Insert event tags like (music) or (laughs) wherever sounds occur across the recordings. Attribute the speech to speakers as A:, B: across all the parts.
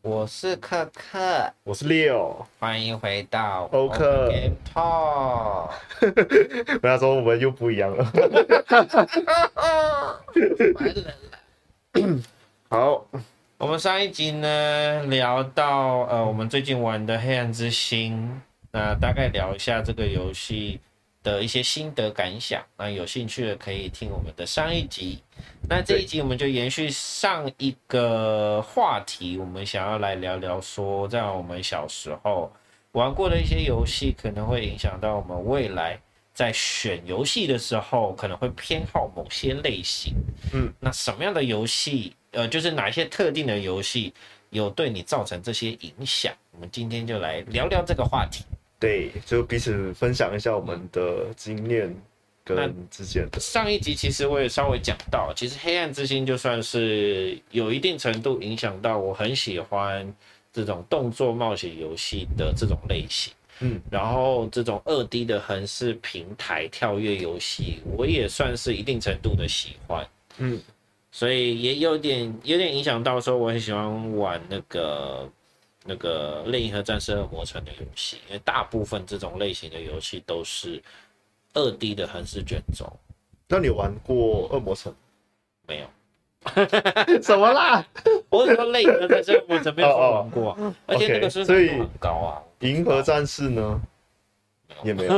A: 我是克克，
B: 我是 Leo，
A: 欢迎回到
B: 欧克
A: Open Game Talk。
B: 我要说我们又不一样了。 (laughs)
A: 完了
B: 好，
A: 我们上一集呢聊到呃，我们最近玩的《黑暗之心》，那大概聊一下这个游戏的一些心得感想。那有兴趣的可以听我们的上一集。那这一集我们就延续上一个话题，我们想要来聊聊说，在我们小时候玩过的一些游戏，可能会影响到我们未来在选游戏的时候，可能会偏好某些类型。那什么样的游戏，呃，就是哪一些特定的游戏有对你造成这些影响？我们今天就来聊聊这个话题。
B: 对，就彼此分享一下我们的经验跟之间的。
A: 上一集其实我也稍微讲到，其实《黑暗之心》就算是有一定程度影响到我很喜欢这种动作冒险游戏的这种类型。
B: 嗯，
A: 然后这种二 D 的横式平台跳跃游戏，我也算是一定程度的喜欢。
B: 嗯，
A: 所以也有点有点影响到说，我很喜欢玩那个那个《猎鹰和战士恶魔城》的游戏，因为大部分这种类型的游戏都是二 D 的横式卷轴，
B: 那你有玩过恶魔城？
A: 没有。
B: (laughs) 什么啦？
A: 我是说《猎鹰和战士恶魔城》没有说玩过啊、而且那个
B: 哦 OK，
A: 是
B: 所以
A: 很高啊。
B: 银河战士呢？也没 (laughs) 有，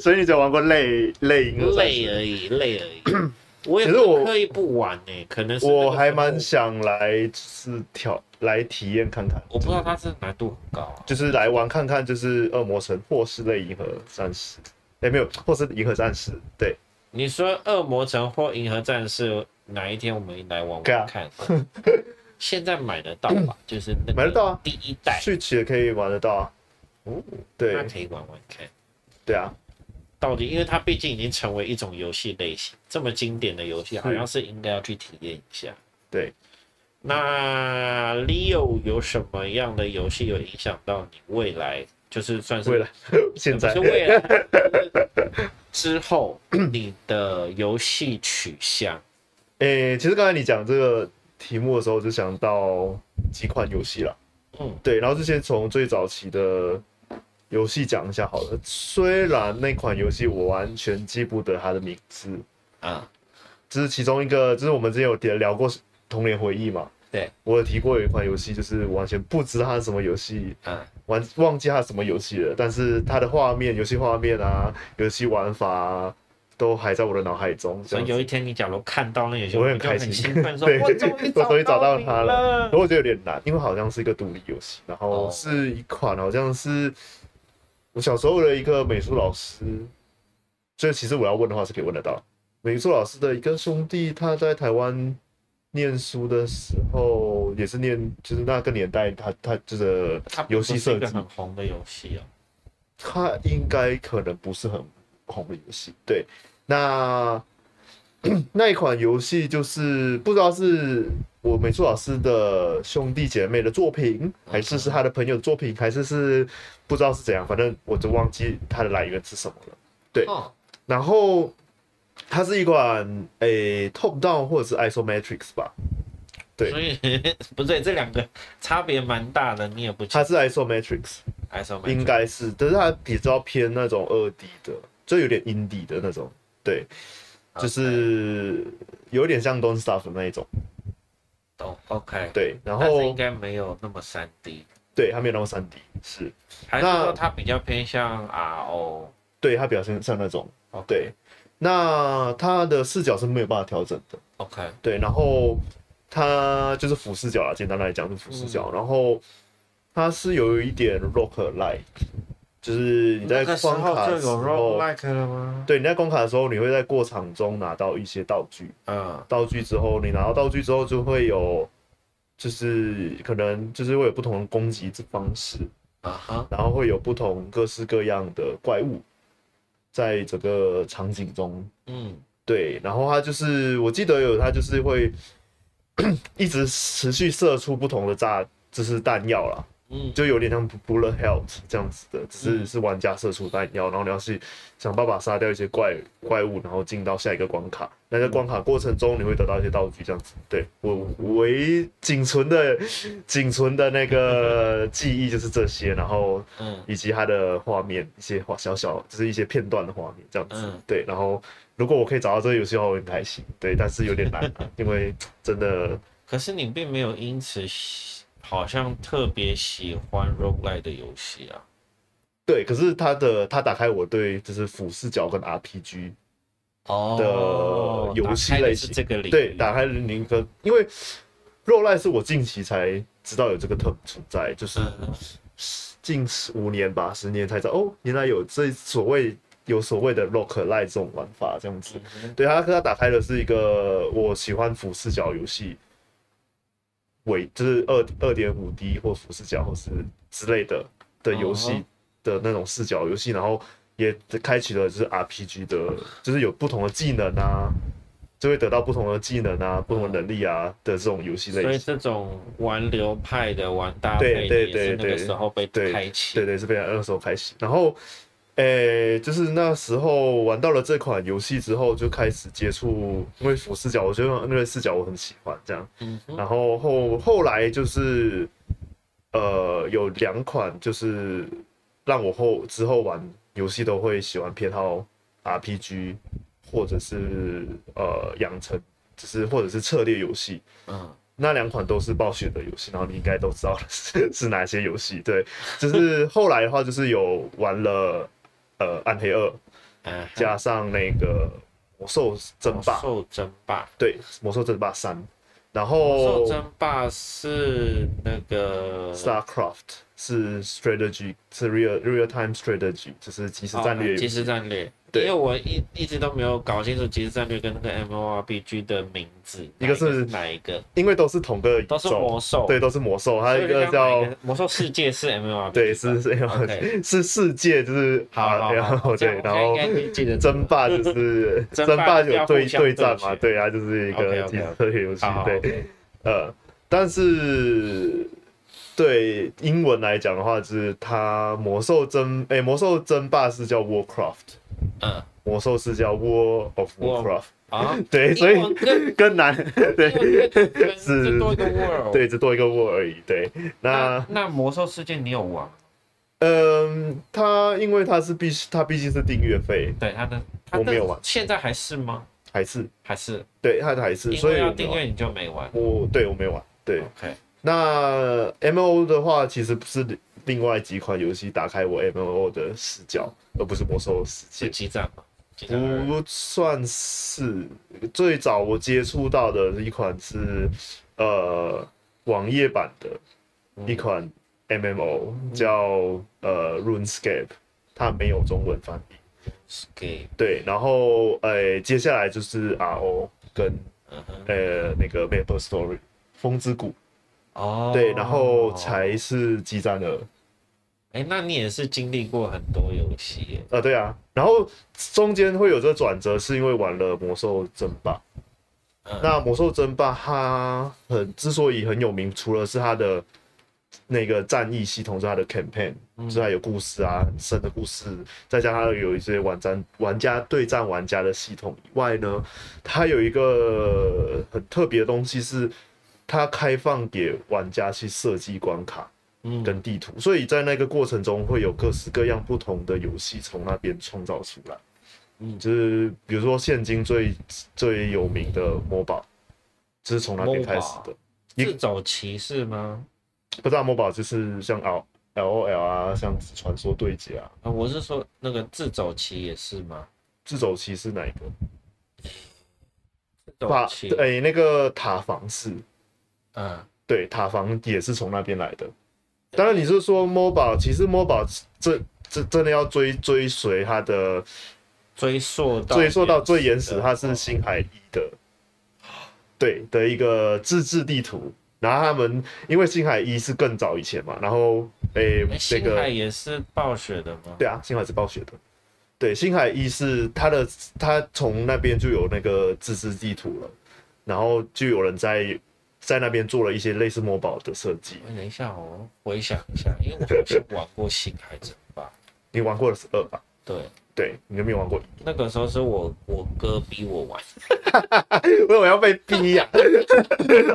B: 所以你只有玩过类类银河战
A: 累
B: 士。
A: 而已，累而
B: (clears throat)
A: 已。我也
B: 其实我
A: 不刻意不玩呢、可能是那个时
B: 我
A: 候
B: 还蛮想来就是挑来体验看看，
A: 我不知道它是难度很高啊。
B: 就是来玩看看，就是恶魔城或是类银河战士，哎、没有，或是银河战士，对。
A: 你说《恶魔城》或《银河战士》，哪一天我们来玩
B: 对啊
A: 玩看？ (laughs) 现在买得到
B: (clears throat)
A: 吧？就是那个
B: 买得到啊
A: 第一代
B: 去也可以玩得到啊。
A: 哎哦，那
B: 对
A: 可以玩玩看。
B: 对啊，
A: 到底，因为它毕竟已经成为一种游戏类型，这么经典的游戏，好像是应该要去体验一下。
B: 对，
A: 那 Leo 有什么样的游戏有影响到你未来？就是算是呃
B: 未来 (laughs) 现在
A: 不是
B: (laughs)
A: 未来，就是之后你的游戏取向。
B: 诶、其实刚才你讲这个题目的时候，我就想到几款游戏啦。
A: 嗯，
B: 对，然后就先从最早期的游戏讲一下好了。虽然那款游戏我完全记不得它的名字，
A: 啊，
B: 这是其中一个，就是我们之前有聊聊过童年回忆嘛。
A: 对，
B: 我有提过有一款游戏，就是我完全不知它是什么游戏，
A: 啊，
B: 玩忘记它什么游戏了，但是它的画面、游戏画面啊、游戏玩法、啊、都还在我的脑海中。这
A: 所以
B: 样子
A: 有一天你假如看到那游戏，
B: 我会
A: 你
B: 很
A: 就
B: 开心
A: 兴奋，说
B: 对
A: 我终于
B: (laughs) 我终于找到
A: 你
B: 它
A: 了
B: 然后。我觉得有点难，因为好像是一个独立游戏，然
A: 哦
B: 后是一款好像是我小时候的一个美术老师，所以其实我要问的话是可以问得到。美术老师的一个兄弟，他在台湾念书的时候，也是念就是那个年代他，他就是
A: 它不
B: 游
A: 是一
B: 戏设
A: 个
B: 计
A: 很，红的游戏哦，
B: 他应该可能不是很红的游戏。对，那 (clears throat) 那一款游戏就是不知道是我美术老师的兄弟姐妹的作品，还是是他的朋友的作品，还是是不知道是怎样，反正我就忘记它的来源是什么了。对
A: 哦，
B: 然后它是一款诶、top down 或者是 isometrics 吧，对
A: 所以 (laughs) 不对，这两个差别蛮大的，你也不
B: 它是 isometrics，
A: 还是
B: 应该是，但是它比较偏那种二 D 的，就有点 indie 的那种，对，
A: 哦
B: 就是有点像 Don't Starve 的那一种，
A: 懂 OK，
B: 对，然
A: 但是
B: 后
A: 应该没有那么三 D，
B: 对它没有那么三 D，是
A: 还是说
B: 那
A: 它比较偏向 RO？
B: 对它比较像像那种，
A: OK
B: 对，那它的视角是没有办法调整的，
A: OK，
B: 对，然后它就是俯视角啦，简单来讲是俯视角，
A: 嗯
B: 然后它是有一点 rock like，就是你在
A: 那个时
B: 关
A: 候
B: 卡
A: 就
B: 的时
A: 有
B: 候
A: roll。like 了吗？
B: 对，你在关卡的时候，你会在过场中拿到一些道具，
A: 嗯，
B: 道具之后，你拿到道具之后就会有，就是可能就是会有不同的攻击方式，
A: 啊哈，
B: 然后会有不同各式各样的怪物，在整个场景中，
A: 嗯，
B: 对，然后它就是我记得有它 (clears throat) 就是会一直持续射出不同的炸，就是弹药啦，
A: 嗯
B: 就有点像 bullet hell 这样子的，只是是玩家射出弹药，然后你要去想办法杀掉一些怪怪物，然后进到下一个关卡。那在关卡过程中，你会得到一些道具，这样子。对我唯仅存的仅存的那个记忆就是这些，然后
A: 嗯
B: 以及它的画面一些画小小，就是一些片段的画面这样子。
A: 嗯
B: 对，然后如果我可以找到这个游戏的话，我会很开心。对，但是有点难、啊，因为真的
A: 可是你并没有因此喜好像特别喜欢 roguelike 的游戏啊。
B: 对，可是它的它打开我对就是俯视角跟 RPG
A: 哦
B: 的游戏类型
A: 打开的是这个领域
B: 对，打开林哥，因为肉赖是我近期才知道有这个特存在，就是
A: 嗯
B: 近十五年吧，十年才知道哦，原来有这所谓有所谓的 rock 赖这种玩法这样子。对它，它打开的是一个我喜欢俯视角游戏，为就是二二点五 D 或俯视角或是之类的的游
A: 嗯
B: 戏的那种视角游戏，然后也开启了就是 RPG 的，就是有不同的技能啊，就会得到不同的技能啊、不同的能力啊的这种游戏
A: 所
B: 类
A: 以
B: 型。
A: 这种玩流派的玩搭配
B: 对对
A: 也是那
B: 对
A: 个
B: 对
A: 时候被
B: 对
A: 开启。
B: 对对，是非常那时候开始，然后，诶、就是那时候玩到了这款游戏之后，就开始接触，因为俯视角，我觉得那个视角我很喜欢这样。
A: 嗯哼，
B: 然后后后来就是，呃，有两款就是让我后之后玩游戏都会喜欢偏好 RPG，或者是呃养成，就是或者是策略游戏。
A: 嗯
B: 那两款都是暴雪的游戏，然后你应该都知道 (laughs) 是是哪些游戏。对，就是后来的话，就是有玩了呃《暗黑二》，
A: 嗯，
B: 加上那个《魔兽争霸》，
A: 兽争霸，
B: 对，《魔兽争霸三》，然
A: 魔
B: 后
A: 兽争霸是那个
B: StarCraft 是 strategy，是 real real time strategy，就是即时战略
A: 哦
B: 游
A: 呃即
B: 戏。
A: 时战略。
B: 对
A: 因为我一一直都没有搞清楚即时战略跟那个 M O R B G 的名字，
B: 一个是
A: 哪哪一个？
B: 因为都是同个宇
A: 都是魔
B: 宙，
A: 兽，
B: 对，都是魔兽，它
A: 所以
B: 一
A: 就
B: 个
A: 像哪
B: 叫
A: 一个魔兽世界是 M O R B，
B: 对是是
A: OK
B: 是世界，就是啊
A: 好好好
B: 然后
A: 这样
B: 对，
A: 我
B: 然
A: 现
B: 后
A: 在应该可以记得
B: 争霸就是
A: 争
B: 争霸
A: 霸
B: 有
A: 要
B: 对
A: 互相
B: 对战
A: 对
B: 嘛，
A: 决
B: 对啊，就是一个
A: OK，OK，OK
B: 即时策略游戏
A: 好好，
B: 对，呃，但是对英文来讲的话，就是它魔兽争诶魔兽争霸是叫 Warcraft。
A: (laughs) 嗯
B: 魔兽是叫 War of
A: War
B: Warcraft， (laughs)
A: 啊，
B: 对，所
A: 英文
B: 以 (laughs)
A: 跟
B: 更难，对
A: 对
B: 是
A: 是多一个 world。
B: 对，只多一个 War 而已。对，那
A: 那那魔兽世界你有玩吗？
B: 嗯，它因为它是必须，它毕竟是订阅费，
A: 对它的，它
B: 我
A: 的
B: 没有玩
A: 现在还是吗？
B: 还是
A: 还是
B: 对它的还是，
A: 因
B: 所以
A: 为要
B: 我没有啊
A: 订
B: 玩
A: 阅你就没玩
B: 我对我没有玩。对，
A: ？OK，
B: 那 M O 的话，其实是另外几款游戏打开我 M O 的视角，而不是魔兽世
A: 是
B: 界。
A: 激战吗？激战二
B: 不算是最早我接触到的一款是呃网页版的一
A: 嗯
B: 款 MMO，、叫呃 RuneScape，它没有中文翻译。
A: Escape，
B: 对，然后呃接下来就是 RO 跟
A: 嗯哼，
B: 呃那个 Maple Story 风之谷，
A: 哦，
B: 对，然后才是激战二。
A: 哎，那你也是经历过很多游戏耶，
B: 啊，对啊，然后中间会有这个转折，是因为玩了《魔兽争霸》。
A: 嗯
B: 那《魔兽争霸》它很之所以很有名，除了是它的那个战役系统，是它的 campaign，、就是它有故事啊，很深的故事，再加上它有一些玩战玩家对战玩家的系统以外呢，它有一个很特别的东西是，它开放给玩家去设计关卡。
A: 嗯
B: 跟地图，所以在那个过程中会有各式各样不同的游戏从那边创造出来。
A: 嗯
B: 就是比如说现今最最有名的 MOBA，就是从那边开始的。一
A: 自走骑士吗？
B: 不知道 MOBA 就是像 L L O L 啊，像传说对决啊，
A: 啊，我是说那个自走棋也是吗？
B: 自走棋是哪一个？
A: 自走
B: 法
A: 棋，
B: 哎、那个塔防是，
A: 嗯，
B: 对，塔防也是从那边来的。当然，你是说 MOBA，其实 MOBA 这这真的要追追随它的
A: 追溯到
B: 追溯到最原始，它是
A: 哦
B: 星海一的，对的一个自制地图。然后他们因为星海一是更早以前嘛，然后诶、
A: 哎
B: 那
A: 星海
B: 个
A: 也是暴雪的吗？
B: 对啊，星海是暴雪的，对，星海一是它的它从那边就有那个自制地图了，然后就有人在在那边做了一些类似魔堡的设计。
A: 等一下，我回想一下，因为我好像玩过《星海争霸
B: 你玩过的是二吧？》，
A: 对，
B: 对，你有没有玩过？ (laughs)
A: 那个时候是我我哥逼我玩，
B: 我我要被逼
A: (laughs)
B: 呀、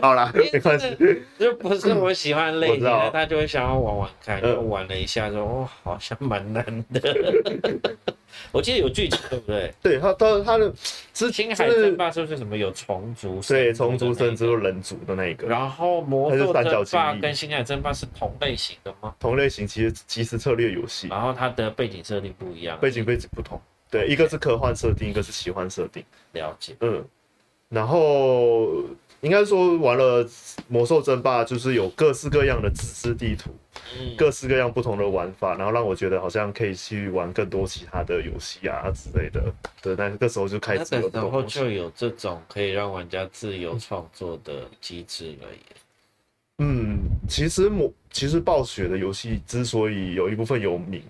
B: 好啦，没关系。
A: 就哎不是我喜欢类型
B: 我知
A: 的，
B: 道
A: 他就会想要玩玩看，
B: 嗯
A: 就玩了一下之后，哦，好像蛮难的。 (laughs) 我记得有剧情，对不对？
B: 对他，他他的之
A: 星
B: 前
A: 海争霸是不是什么有虫族？
B: 对从族神之后人族的那一个
A: 然后魔
B: 它是
A: 兽
B: 三角
A: 争霸
B: 形翼
A: 跟星海争霸是同类型的吗？
B: 同类型，其实即时策略游戏
A: 然后它的背景设定不一样，
B: 背景背景不同。对，一个是科幻设定，一个是奇幻设定。
A: 了解。
B: 啊嗯，然后应该说玩了魔兽争霸，就是有各式各样的自制地图，
A: 嗯，
B: 各式各样不同的玩法，然后让我觉得好像可以去玩更多其他的游戏啊之类的。对，那个时候就开
A: 那
B: 始有
A: 个时
B: 这种
A: 候
B: 东西
A: 就有这种可以让玩家自由创作的机制了耶。
B: 嗯，其实魔其实暴雪的游戏之所以有一部分有名，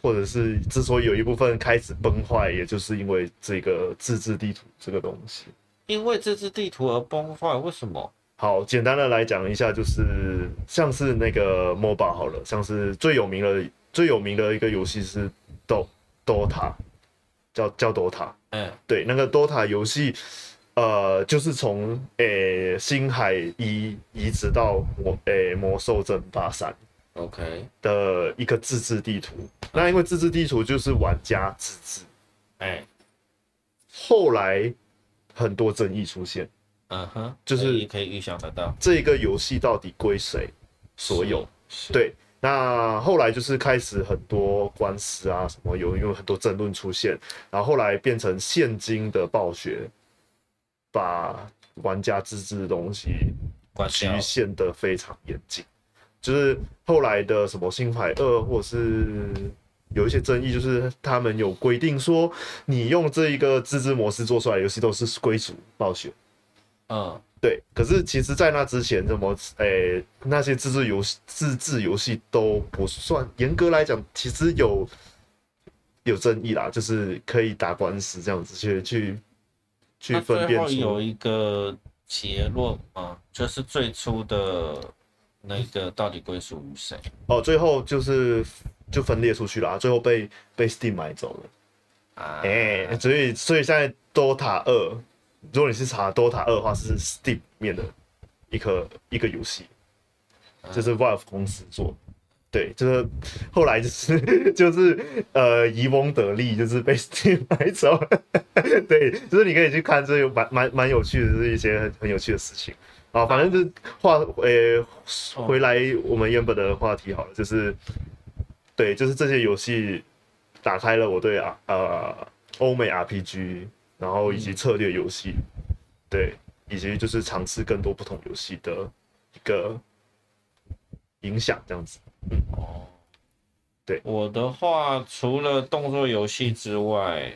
B: 或者是之所以有一部分开始崩坏，也就是因为这个自制地图这个东西。
A: 因为这只地图而崩坏，为什么？
B: 好，简单的来讲一下，就是像是那个 MOBA 好了，像是最有名的最有名的一个游戏是 Do Dota，叫叫 Dota。
A: 嗯，
B: 对，那个 DOTA 游戏，呃，就是从诶、星海一移植到魔诶、魔兽争霸三
A: OK，
B: 的一个自制地图。那因为自制地图就是玩家自制，
A: 哎，
B: 后来很多争议出现，
A: 嗯哼，
B: 就是
A: 可以可以预想得到，
B: 这个游戏到底归谁所有？
A: 是
B: 对，那后来就是开始很多官司啊，什么有有很多争论出现，然后后来变成现今的暴雪把玩家自制的东西
A: 关掉
B: 局。限的非常严谨，就是后来的什么星海二或者是。有一些争议，就是他们有规定说，你用这一个自制模式做出来的游戏都是归属暴雪，
A: 嗯，
B: 对，可是其实，在那之前，什么诶、那些自制游戏、自制游戏都不算，严格来讲，其实有有争议啦，就是可以打官司这样子去去去
A: 那
B: 分
A: 最
B: 辨
A: 后有
B: 出。
A: 一个结论吗？就是最初的那个到底归属于谁？
B: 哦，最后就是就分裂出去啦，最后被被 Steam 买走了。
A: 啊，
B: 哎、所以所以现在 DOTA 二，如果你是查 DOTA 二的话，是 Steam 里面的一个一个游戏，就是 Valve 公司做。对，就是后来就是就是呃，渔翁得利，就是被 Steam 买走了。 (laughs) 对，就是你可以去看，这有蛮蛮蛮有趣的，就是一些很很有趣的事情啊。反正就是话，呃、回来我们原本的话题好了，就是对，就是这些游戏打开了我对啊呃欧美 RPG，然后以
A: 嗯
B: 及策略游戏，对，以及就是尝试更多不同游戏的一个影响，这样子。
A: 哦，
B: 对
A: 我的话，除了动作游戏之外，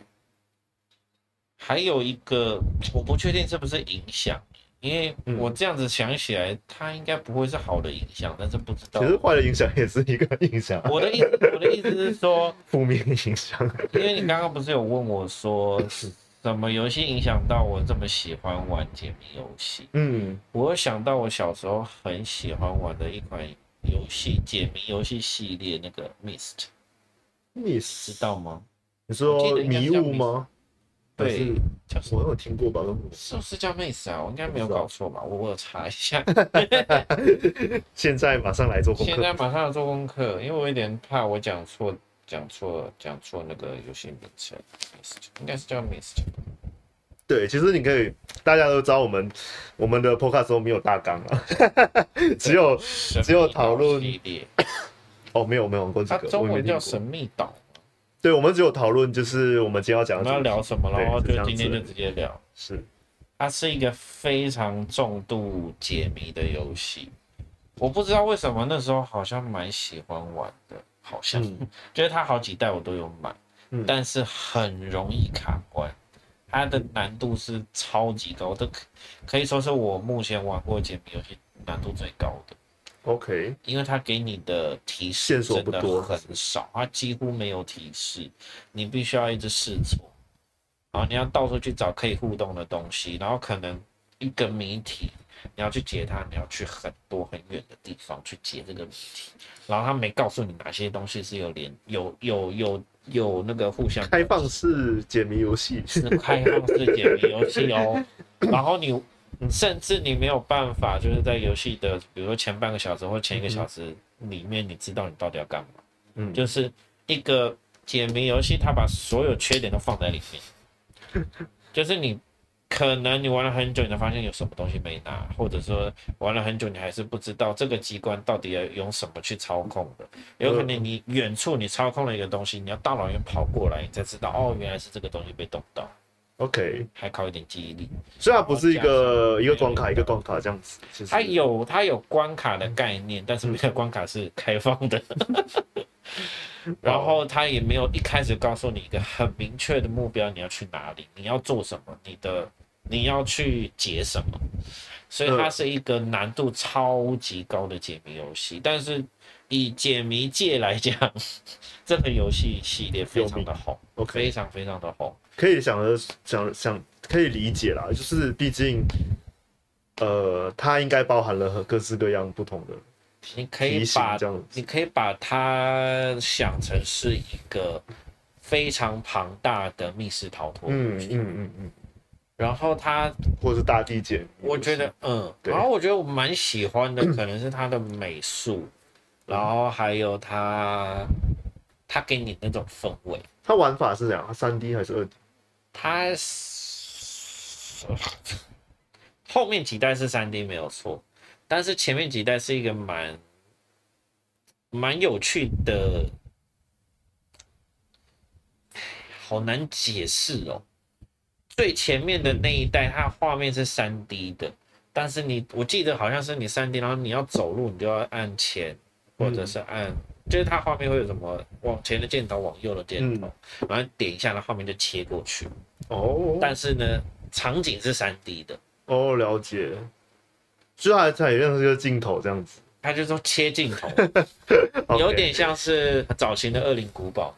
A: 还有一个我不确定是不是影响，因为
B: 嗯
A: 我这样子想起来，它应该不会是好的影响，但是不知道
B: 其。实坏的影响也是一个影响，
A: 我的意思，我的意思是说，
B: 负面影
A: (laughs)
B: 响。
A: 因为你刚刚不是有问我说，什么游戏影响到我这么喜欢玩解谜游戏？
B: 嗯，
A: 我有想到我小时候很喜欢玩的一款游戏，解谜游戏系列，那个 Mist，
B: 你
A: 知
B: 知
A: 道吗？
B: 你
A: 我记
B: 说
A: 得应该
B: 迷
A: 是
B: 雾吗？
A: 对
B: 还是
A: 叫什么
B: 我有听过吧？
A: 是不是叫 Mace 啊？我应该没有搞错吧？我我有查一
B: (laughs)
A: 下。
B: 现在马上来做功
A: 现
B: 课。
A: 在马上要做功课，因为我有点怕我讲错，讲错，讲错那个游戏名称。Mace，应该是叫 Mace。
B: 对，其实你可以，大家都知道我们我们的 podcast 都没有大纲
A: (laughs)
B: 啊， (laughs) 只有只有讨
A: 神
B: 论
A: 秘岛系列，
B: 哦没有没有玩过这
A: 它
B: 个，
A: 啊中
B: 我也没
A: 文
B: 听
A: 叫
B: 过
A: 神秘岛。
B: 对，我们只有讨论就是我们今天要
A: 我
B: 讲的
A: 们要聊什么，
B: 对
A: 然后
B: 是这
A: 就
B: 样
A: 今天
B: 子
A: 就直接聊。
B: 是
A: 它是一个非常重度解谜的游戏。我不知道为什么那时候好像蛮喜欢玩的，好像、
B: 嗯
A: (laughs) 就是它好几代我都有买，
B: 嗯
A: 但是很容易卡关，它的难度是超级高的，可可以说是我目前玩过解谜游戏难度最高的，
B: OK，
A: 因为它给你的提
B: 线
A: 示
B: 索
A: 真
B: 不
A: 的
B: 多
A: 很少，它几乎没有提示，你必须要一直试错，然后你要到处去找可以互动的东西，然后可能一个谜题，你要去解它，你要去很多很远的地方去解这个谜题，然后他没告诉你哪些东西是有连有有有有那个互相
B: 开放式解谜游戏，
A: 是开放式解谜游戏哦。然后你，你甚至你没有办法，就是在游戏的，比如说前半个小时或前一个小时里面，你知道你到底要干嘛。
B: 嗯
A: 就是一个解谜游戏，它把所有缺点都放在里面。就是你可能你玩了很久，你才发现有什么东西没拿，或者说玩了很久，你还是不知道这个机关到底要用什么去操控的。有可能你远处你操控了一个东西，你要大老远跑过来，你才知道哦，原来是这个东西被动到，
B: OK，
A: 还靠一点记忆力。
B: 虽然不是一
A: 然后加
B: 个
A: 上
B: 一个关卡一个关卡这样子，其实
A: 它哎有它有关卡的概念，但是每个关卡是开放的。然后它也没有一开始告诉你一个很明确的目标，你要去哪里，你要做什么，你的你要去解什么，所以它是一个难度超级高的解谜游戏。但是以解谜界来讲， (laughs) 这个游戏系列非常的红，
B: OK，
A: 非常非常的红。
B: 可以想着想想可以理解啦，就是毕竟呃，它应该包含了各式各样不同的
A: 你可以
B: 题型
A: 把
B: 这样子，
A: 你可以把它想成是一个非常庞大的密室逃脱，
B: 嗯嗯嗯嗯，
A: 然后它，
B: 或者是大地解谜游戏，
A: 我觉得，嗯，
B: 对
A: 然后我觉得我蛮喜欢的，可能是它的美术，然后还有它，它给你那种氛围，
B: 它玩法是怎样？三 D 还是二 D？
A: 它是后面几代是三 D 没有错，但是前面几代是一个蛮蛮有趣的，好难解释哦。最前面的那一代，它画面是三 D 的，但是你我记得好像是你三 D，然后你要走路，你就要按前或者是按，就是它画面会有什么往前的箭头，往右的箭
B: 嗯
A: 头，然后点一下，然后画面就切过去。
B: 哦
A: 但是呢，场景是三 D 的，
B: 哦，了解，就它它也像是个镜头这样子，
A: 它就说切镜
B: (laughs)
A: 头， (laughs) 有
B: OK，
A: 点像是早前的《恶灵古堡》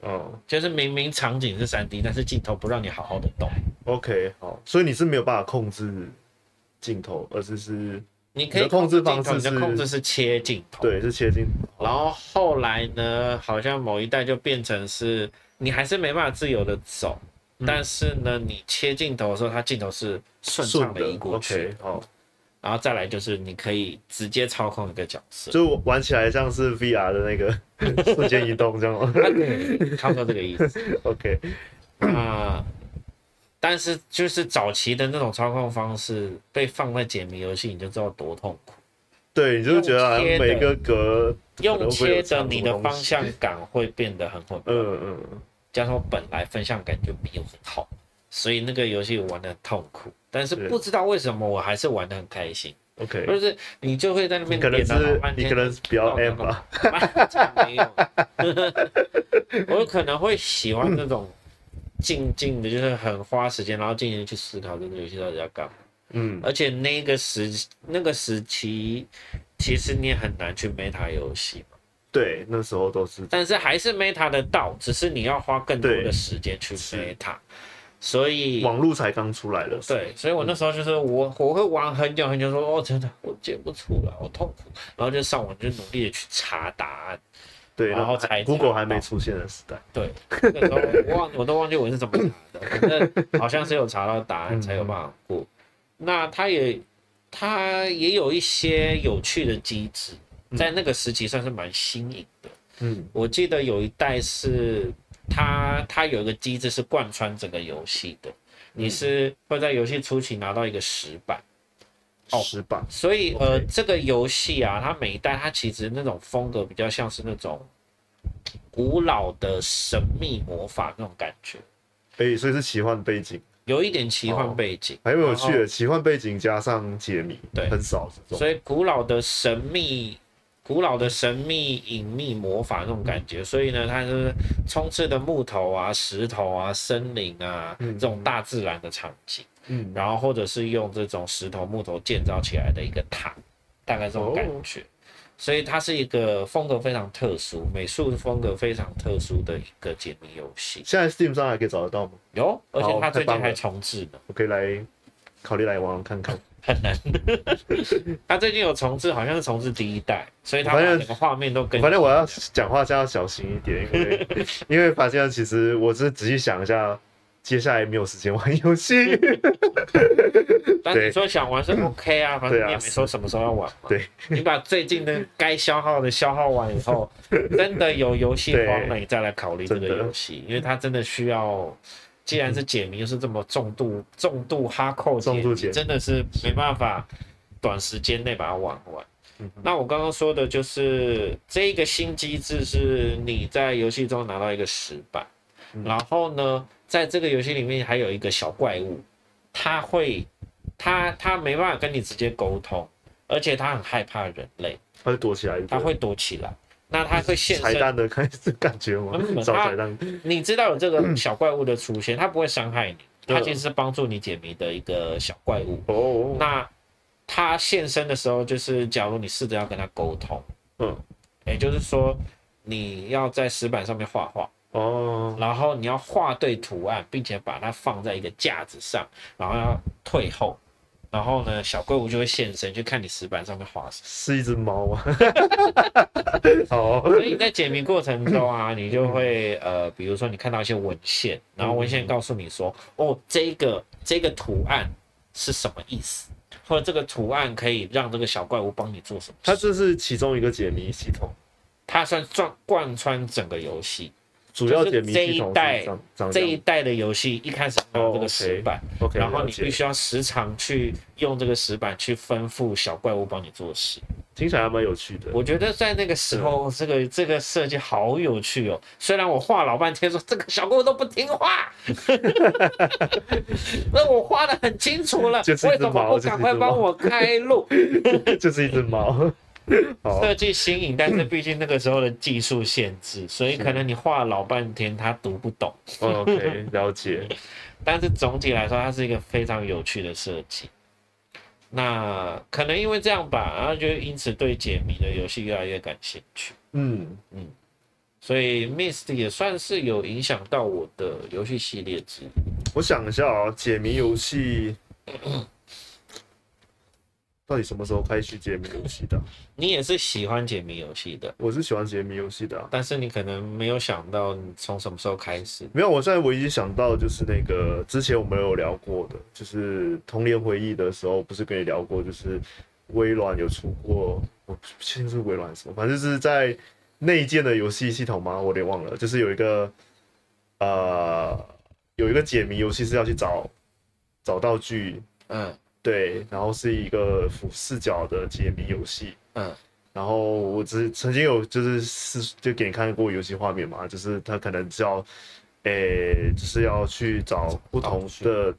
A: 那样，
B: 哦
A: 就是明明场景是三 D，但是镜头不让你好好的动。
B: ，OK，好，所以你是没有办法控制镜头，而是是
A: 你可以
B: 你的控制
A: 镜头
B: 方式
A: 你
B: 是
A: 的控制是切镜头。。
B: 对是切镜头，
A: 然后后来呢，好像某一代就变成是你还是没办法自由的走，
B: 嗯
A: 但是呢，你切镜头的时候，它镜头是顺畅
B: 顺
A: 的移过去。
B: OK，好，
A: 然后再来就是你可以直接操控一个角色。
B: 就玩起来像是 VR 的那个
A: (laughs)
B: 瞬间移动这样 (laughs) 吗
A: 它对，差不多这个意思。
B: ？OK，
A: 那但是就是早期的那种操控方式被放在解谜游戏，你就知道多痛苦。
B: 对，你就觉得好像
A: 用切的
B: 每个格，
A: 用切的你的方向感会变得很混乱，
B: 嗯嗯嗯，
A: 加上我本来分向感就没有很好，所以那个游戏我玩的很痛苦。但是
B: 是
A: 不知道为什么我还是玩的很开心，
B: ，OK，
A: 就是你就会在那边
B: 你可能
A: 点到老
B: 是
A: 半
B: 你
A: 天
B: 可能是比较啊 M 吧，
A: 没有， (laughs) 我可能会喜欢那种静静的，就是很花时间，然后静静地去思考这个游戏到底要干嘛。
B: 嗯，
A: 而且那个时那个时期，其实你也很难去 meta 游戏嘛，
B: 对，那时候都是，
A: 但是还是 meta 得到，只是你要花更多
B: 对
A: 的时间去
B: 是
A: meta。所以，
B: 网络才刚出来的时候，
A: 对，所以我那时候就是我我会玩很久很久说，哦，真的我解不出来，我痛苦，然后就上网就努力的去查答案。
B: 对，
A: 然后才
B: Google 还没出现的时代，
A: 对，那个时候我忘我都忘记我是怎么查的，反正好像是有查到答案才有办法过。嗯那它也它也有一些有趣的机制，在那个时期算是蛮新颖的。
B: 嗯，
A: 我记得有一代是它它有一个机制是贯穿整个游戏的，你是会在游戏初期拿到一个石板。哦
B: 石板，
A: 所以呃
B: OK，
A: 这个游戏啊，它每一代它其实那种风格比较像是那种古老的神秘魔法那种感觉，
B: 哎，所以是奇幻背景，
A: 有一点奇
B: 哦
A: 幻背景，
B: 还蛮有趣的，奇幻背景加上解谜，
A: 对
B: 很少这种，
A: 所以古老的神秘。古老的神秘、隐秘、魔法那种感觉，
B: 嗯
A: 所以呢，它就是充斥的木头啊、石头啊、森林啊、
B: 嗯
A: 这种大自然的场景，
B: 嗯，
A: 然后或者是用这种石头、木头建造起来的一个塔，大概这种感觉。所以它是一个风格非常特殊、美术风格非常特殊的一个解谜游戏。
B: 现在 Steam 上还可以找得到吗？
A: 有，而且
B: 好
A: 它最
B: 太棒
A: 近
B: 了
A: 还重置呢。
B: 我可以来考虑来玩玩看看。
A: 很难。他最近有重置，好像是重置第一代，所以他把
B: 反正
A: 整个画面都跟
B: 反正我要讲话这样小心一点，因
A: (laughs)
B: 为因为发现其实我只是仔细想一下，接下来没有时间玩
A: (laughs)
B: 游戏。
A: 但
B: 对
A: 你说想玩是 OK 啊，反正你也没说什么时候要玩嘛。
B: 对，
A: 你把最近的该消耗的消耗完以
B: (laughs)
A: 后，真的有游戏荒了，你再来考虑这个
B: 真的
A: 游戏，因为它真的需要。既然是解谜，又是这么重度、重度哈扣解谜，
B: 重度解谜
A: 真的是没办法短时间内把它玩完。
B: 嗯
A: 那我刚刚说的就是这一个新机制是你在游戏中拿到一个石板，
B: 嗯
A: 然后呢，在这个游戏里面还有一个小怪物，它会，它它没办法跟你直接沟通，而且它很害怕人类，
B: 他就躲起来一
A: 它
B: 个
A: 会躲起来。那它会现
B: 彩
A: 身，
B: 蛋的开始感觉吗
A: 嗯？
B: 找
A: 他
B: 彩蛋，
A: 你知道有这个小怪物的出现，它不会伤害你，它
B: 嗯
A: 其实是帮助你解谜的一个小怪物。
B: 哦，
A: 那它现身的时候，就是假如你试着要跟它沟通，
B: 嗯，
A: 也就是说你要在石板上面画画，
B: 哦，
A: 然后你要画对图案，并且把它放在一个架子上，然后要退后，然后呢，小怪物就会现身，就看你石板上面画什么。
B: 是一只猫
A: (laughs)
B: 啊， (laughs) 好，
A: 所以在解谜过程中
B: (laughs)
A: 啊，你就会呃，比如说你看到一些文献，然后文献告诉你说，哦，这个这个图案是什么意思，或者这个图案可以让这个小怪物帮你做什么事。
B: 它这是其中一个解谜系统，
A: 它算贯贯穿整个游戏。
B: 主要解谜系
A: 就是这
B: 统
A: 一代
B: 是长长
A: 这
B: 这
A: 一
B: 样
A: 代的游戏一开始没有这个石板，
B: 哦，OK，
A: 然后
B: 了
A: 你必
B: 解，
A: 须要时常去用这个石板去吩咐小怪物帮你做事。
B: 听起来还蛮有趣的。
A: 我觉得在那个时候，这个这个设计好有趣哦。虽然我画老半天说这个小怪物都不听话， (laughs) 那我画的很清楚了，
B: 就是一
A: 为
B: 只
A: 什么
B: 猫
A: 不
B: 就是一
A: 赶
B: 只
A: 快帮
B: 猫
A: 我开
B: (laughs)
A: 路？
B: 就是一只 (laughs) 猫。好，
A: 设计新颖，但是毕竟那个时候的技术限制，所以可能你画了老半天，他读不懂。
B: 嗯 OK，了解。
A: 但是总体来说，它是一个非常有趣的设计。那可能因为这样吧，然后就因此对解谜的游戏越来越感兴趣。
B: 嗯，
A: 所以 Mist 也算是有影响到我的游戏系列之一。
B: 我想一下啊、解谜游戏到底什么时候开始解谜游戏的？啊
A: 你也是喜欢解谜游戏的，
B: 我是喜欢解谜游戏的、啊。
A: 但是你可能没有想到你从什么时候开始。
B: 没有，我现在唯一想到的就是那个之前我们有聊过的，就是童年回忆的时候，不是跟你聊过，就是微软有出过，我不确定是微软还是什么，反正就是在内建的游戏系统吗？我有点忘了，就是有一个呃有一个解谜游戏是要去找找道具，
A: 嗯
B: 对，然后是一个俯视角的解谜游戏，
A: 嗯
B: 然后我只曾经有就是是就给你看过游戏画面嘛，就是他可能是要，诶、就是要去找不同的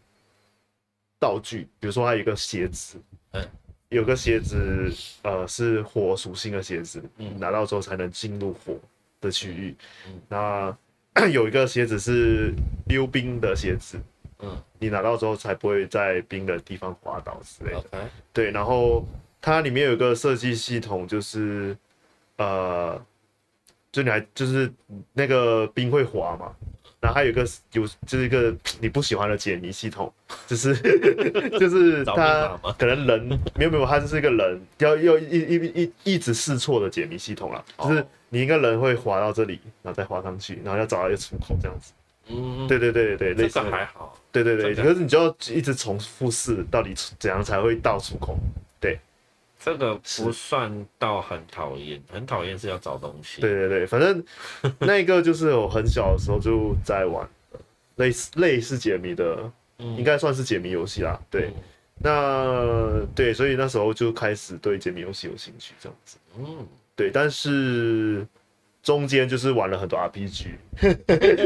B: 道具，比如说他有一个鞋子，
A: 嗯，
B: 有个鞋子，呃，是火属性的鞋子，
A: 嗯
B: 拿到之后才能进入火的区域。
A: 嗯
B: 那 (clears throat) 有一个鞋子是溜冰的鞋子，
A: 嗯
B: 你拿到之后才不会在冰的地方滑倒之类的。
A: ，OK，
B: 对，然后它里面有一个设计系统，就是呃，就你还就是那个冰会滑嘛，然后还有一个有就是一个你不喜欢的解谜系统，就是 (laughs) 就是
A: 找密码
B: 它
A: 吗
B: 可能人没有没有，它就是一个人要要一一一一直试错的解谜系统啦，就是
A: 哦
B: 你一个人会滑到这里，然后再滑上去，然后要找到一个出口这样子。
A: 嗯，
B: 对对对对，类
A: 这
B: 似
A: 个
B: 的
A: 还好。
B: 对对对，
A: 这
B: 可是你就要一直重复试，到底怎样才会到出口？
A: 这个不算到很讨厌，很讨厌是要找东西。
B: 对对对，反正那个就是我很小的时候就在玩类似类似解谜的，
A: 嗯，
B: 应该算是解谜游戏啦。对，那对，所以那时候就开始对解谜游戏有兴趣，这样子。
A: 嗯，
B: 对，但是中间就是玩了很多 RPG，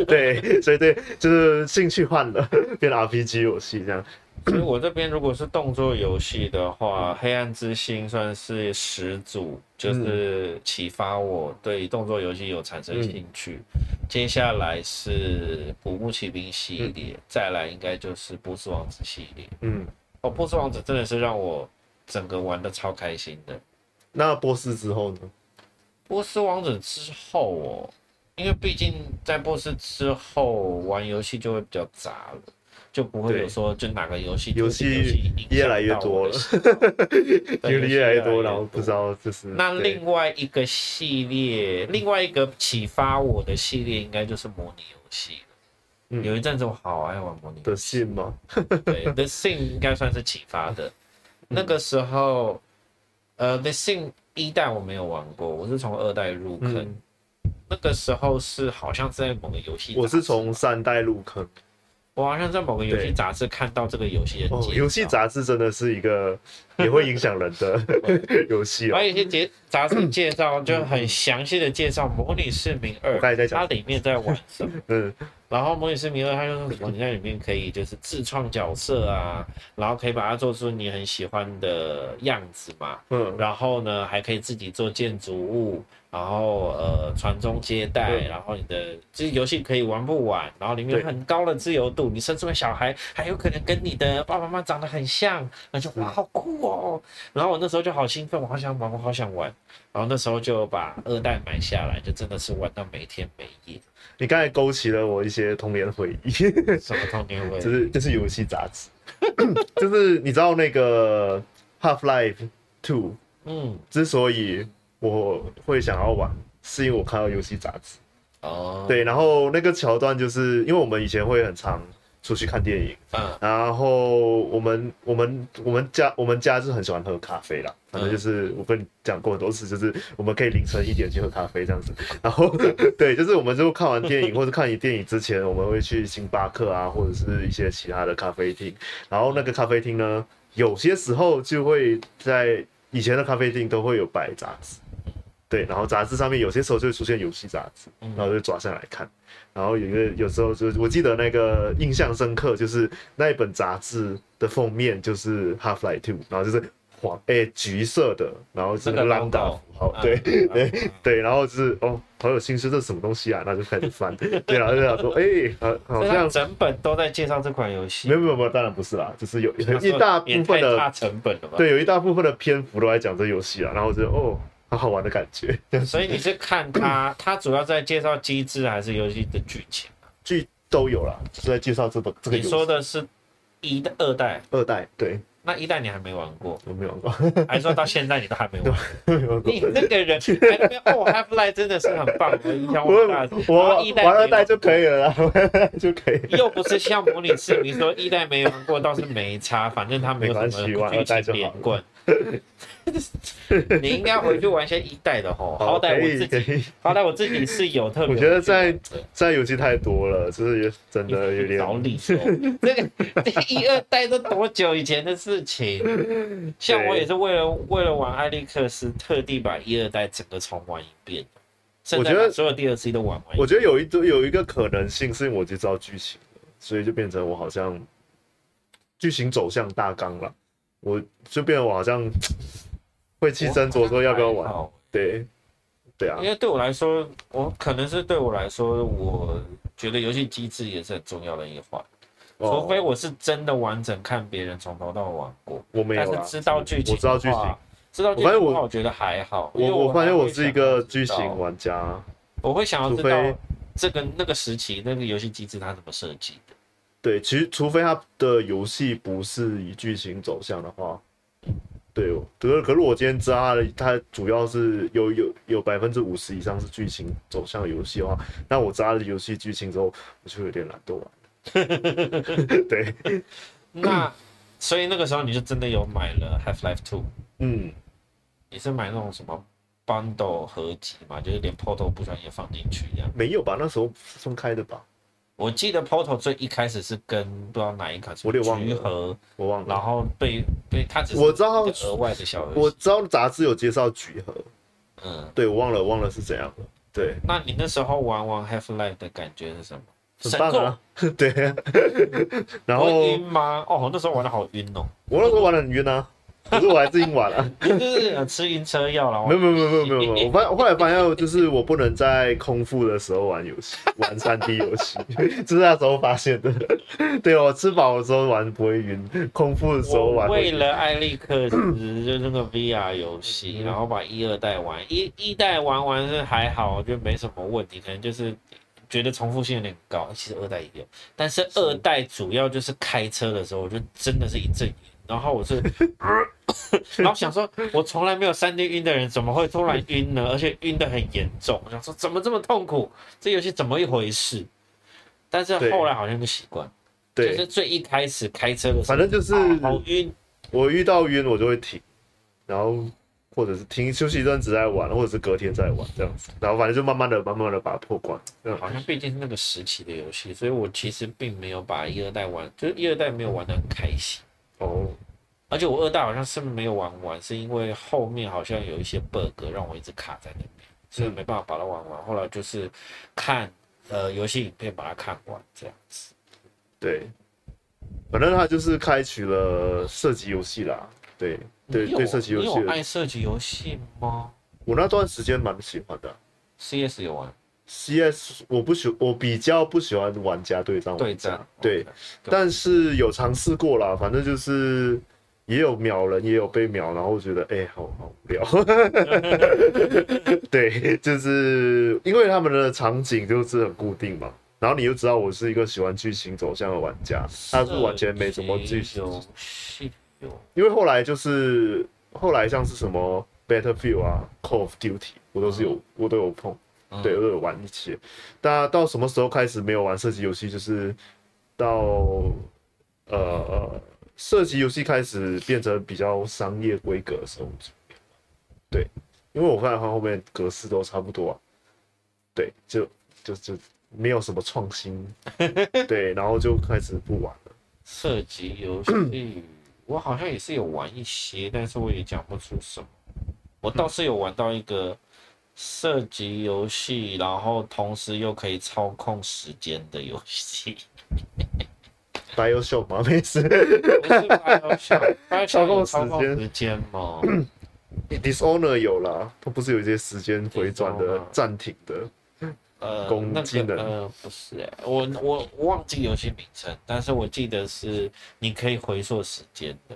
B: 对，所以对，就是兴趣换了， (laughs) 变 RPG 游戏这样。
A: 所以我这边如果是动作游戏的话，黑暗之心》算是始祖，就是启发我对动作游戏有产生兴趣。接下来是《古墓奇兵》系列，再来应该就是《波斯王子》系列。
B: 嗯，
A: 哦，《波斯王子》真的是让我整个玩的超开心的。《
B: 那波斯之后呢？
A: 波斯王子》之后哦，因为毕竟在波斯之后玩游戏就会比较杂了。就不会
B: 对
A: 有说就哪个游戏
B: 游
A: 特定游
B: 戏
A: 影响
B: 越来越
A: 到
B: 多
A: 我
B: 了
A: (laughs) 的，
B: 因为 (laughs) 越来
A: 越来
B: 越 E 多，
A: 越
B: 然后不知道就是
A: 那
B: 对
A: 另外一个系列，另外一个启发我的系列，应该就是模拟游戏了。
B: 嗯
A: 有一阵子我好爱玩模拟游
B: 的
A: 戏，
B: 信吗？
A: 对 The Thing 应该算是启发的。
B: 嗯
A: 那个时候，呃，The Thing 一代我没有玩过，我是从二代入坑。
B: 嗯，
A: 那个时候是好像是在某个游戏杂志，
B: 我是啊从三代入坑
A: 我好像在某个游戏
B: 对
A: 杂志看到这个游戏的
B: 哦
A: 介，绍
B: 游戏杂志真的是一个也会影响人的游戏
A: 还
B: 哦。
A: 有一些节杂志介绍，就很详细的介绍《模拟市民二
B: 我刚才》，在讲
A: 它里面在玩什
B: (laughs)
A: 么。
B: 嗯，
A: 然后《模拟市民二》它就是说你在里面可以就是自创角色啊，然后可以把它做出你很喜欢的样子嘛。
B: 嗯
A: 然后呢，还可以自己做建筑物，然后呃传宗接代，
B: 嗯
A: 然后你的这游戏可以玩不玩，然后里面
B: 对
A: 有很高的自由度，你生出的小孩还有可能跟你的爸爸妈妈长得很像，然后就哇好酷哦！然后我那时候就好兴奋，我好想玩，我好想玩，然后那时候就把二代买下来，就真的是玩到没天没夜，
B: 你刚才勾起了我一些童年回忆，
A: 什么童
B: (laughs)
A: 年回
B: 就
A: 忆，
B: 是就是游戏杂志， (clears throat) 就是你知道那个 Half Life Two
A: 嗯
B: 之所以我会想要玩，是因为我看到游戏杂志。
A: 哦，，
B: 对，然后那个桥段就是因为我们以前会很常出去看电影，
A: 嗯
B: 然后我们我们我们家我们家是很喜欢喝咖啡啦，反正就是我跟你讲过很多次，就是我们可以凌晨一点去喝咖啡这样子。然后 (laughs) 对，就是我们就看完电影或者看你电影之前，我们会去星巴克啊，或者是一些其他的咖啡厅。然后那个咖啡厅呢，有些时候就会在以前的咖啡厅都会有摆杂志。对，然后杂志上面有些时候就会出现游戏杂志，
A: 嗯
B: 然后就抓下来看。然后有一个有时候就是我记得那个印象深刻，就是那一本杂志的封面就是《Half Life Two》，然后就是黄诶、橘色的，然后是
A: 那个
B: 浪
A: logo，
B: 打符号，
A: 啊 (laughs)
B: 对、
A: 啊
B: 对对，然后就是哦好有心思，这是什么东西啊？然后就开始
A: (laughs)
B: 翻，对，然后就想说诶、好好
A: 所以
B: 像
A: 它整本都在介绍这款游戏
B: 没，有没有没有，当然不是啦，就是有有一大部分
A: 也太
B: 的
A: 差成本了吧？
B: 对，有一大部分的篇幅都在讲这游戏啊，然后我觉得哦好好玩的感觉，
A: 所以你是看
B: 嗯
A: 它，它主要在介绍机制还是游戏的剧情？
B: 剧都有啦，是在介绍这个这个
A: 你
B: 游
A: 说
B: 戏
A: 的是一代、二代，
B: 二代，对，
A: 那一代你还没玩过，
B: 我没有玩过，
A: 还说到现在你都还没玩。
B: (laughs) 没有玩过
A: 你。这个人还在那边哦，Half Life 真的是很棒，我印象
B: 我
A: 很大。然
B: 我
A: 后一代
B: 玩二
A: 没
B: 代
A: 玩
B: 就可以了啦， (laughs) 玩二代就可以了。
A: 又不是像模拟市民说一代没玩过，倒是没差，反正他没有什
B: 没
A: 么
B: 关系玩二
A: 剧
B: 代就
A: 情
B: 好
A: 连贯。你应该回去玩一些一代的吼，好歹
B: 可
A: 我
B: 以
A: 自
B: 可
A: 己，
B: 以，
A: 好歹我自己是有特别。
B: 我觉得在现在游戏太多了，就是也真
A: 你
B: 的有点
A: 找理由。
B: (laughs)
A: 这个这哦一二代都多久以前的事情？像我也是为了为了玩艾利克斯，特地把一二代整个重玩一遍，甚
B: 我觉
A: 至
B: 得
A: 把所有 DLC 都玩完。
B: 我觉得有一种有一个可能性是因为我就知道剧情了，所以就变成我好像剧情走向大纲了，我就变成我好像会去斟酌说要不要玩。
A: 好
B: 对，对啊
A: 因，为对我来说，我可能是对我来说，我觉得游戏机制也是很重要的一环。除非
B: 哦
A: 我是真的完整看别人从头到尾玩过，
B: 我没
A: 但
B: 有
A: 是
B: 啦，
A: 知道剧情，
B: 我知道剧情，
A: 知道剧情
B: 我发现
A: 的
B: 我
A: 话，我觉得还好。因为
B: 我我发现
A: 还
B: 我
A: 会
B: 是一
A: 想
B: 个
A: 要
B: 剧
A: 知道
B: 情玩家，
A: 我会想要知
B: 除
A: 道
B: 非
A: 这个那个时期那个游戏机制它怎么设计的。
B: 对，其实除非他的游戏不是以剧情走向的话，对，可是可是我今天知道他的，他主要是有有有百分之五十以上是剧情走向的游戏的话，那我知道他的游戏剧情之后，我就有点懒惰玩了。 (laughs) 对， (clears throat)
A: 那所以那个时候你就真的有买了 Half Life Two，
B: 嗯，
A: 你是买那种什么 bundle 合集嘛？就是连 Portal 不小心也放进去这样。
B: 没有吧？那时候是分开的吧？
A: 我记得 Portal 最一开始是跟不知道哪一款什
B: 我
A: 么
B: 有点忘了
A: 橘盒，
B: 我忘
A: 然
B: 了。
A: 后被被它只是
B: 我知道
A: 一个额外的小游
B: 我
A: 戏。
B: 知道杂志有介绍橘盒，
A: 嗯，
B: 对我忘了忘了是怎样了。对，
A: 那你那时候玩完 Half Life 的感觉是什么？
B: 很棒啊！ (laughs) 对
A: (laughs)
B: 啊，
A: 神
B: 然后
A: 作！会
B: 我
A: 晕吗？哦，那时候玩的好晕
B: (laughs)
A: 哦，
B: 那时候玩的很晕
A: (laughs)
B: 啊，可是我还是硬玩了、啊。
A: 你就是呃吃晕车药了。
B: 没有没有没有没有没有没有，我发我后来发现就是我不能在空腹的时候玩游戏，玩三 D 游戏， (laughs) 这是那时候发现的。对我吃饱的时候玩不会晕，空腹的时候
A: 我
B: 玩会
A: 为
B: 晕。
A: 了艾利克斯就那个 VR 游戏，然后把一二代玩，一一代玩完是还好，我觉得没什么问题，可能就是觉得重复性有点高，其实二代也有，但是二代主要就是开车的时候，我就真的是一阵眼，然后我是，然后想说，我从来没有三 D 晕的人怎么会突然晕呢？而且晕得很严重，我想说怎么这么痛苦，这游戏怎么一回事？但是
B: 对
A: 后来好像就习惯，就
B: 对，
A: 是最一开始开车的时候，
B: 反正就是
A: 啊好晕，
B: 我遇到晕我就会停，然后或者是停休息一阵子再玩，或者是隔天再玩这样子，然后反正就慢慢的、慢慢的把它破关。嗯，
A: 好像毕竟是那个时期的游戏，所以我其实并没有把一二代玩，就是一二代没有玩的很开心。
B: 哦，
A: 而且我二代好像是没有玩完，是因为后面好像有一些 bug 让我一直卡在那边，所以没办法把它玩完。后来就是看呃游戏影片把它看完，这样子。
B: 对，反正它就是开启了射击游戏啦。对对
A: 你有
B: 对，射击游
A: 你
B: 戏
A: 有
B: 的，
A: 爱射击游戏吗
B: 我那段时间蛮喜欢的。
A: ？CS 有玩
B: CS 我不喜，我比较不喜欢玩家对战
A: 对
B: 玩
A: 战
B: 家，，对，
A: OK，
B: 但是有尝试过啦，反正就是也有秒人，也有被秒，然后觉得哎、好好无聊。 (laughs) 对，就是因为他们的场景就是很固定嘛，然后你就知道我是一个喜欢剧情走向的玩家，他是完全没什么剧
A: 射击
B: 情，
A: 游戏有
B: 因为后来就是后来像是什么 Battlefield 啊、Call of Duty，我都是有、我都有碰。
A: 嗯
B: 对，我有玩一些。那到什么时候开始没有玩射击游戏？就是到呃射击游戏开始变成比较商业规格的时候。对，因为我看它后面格式都差不多啊。对，就就就没有什么创新。对，然后就开始不玩了。
A: 射击游
B: 嗯
A: 戏，我好像也是有玩一些，但是我也讲不出什么。我倒是有玩到一个射击游戏，然后同时又可以操控时间的游戏，
B: BioShock 吗？没事。
A: 不
B: (laughs)
A: 是 BioShock BioShock
B: 操控
A: 有操控
B: 时间
A: 时间吗？
B: (clears throat) Dishonor 有啦，它不是有一些时间回转的
A: Dishonor
B: 暂停的？
A: 呃，
B: 攻
A: 那
B: 技
A: 个
B: 能
A: 呃不是、欸，我我我忘记游戏名称，但是我记得是你可以回溯时间的，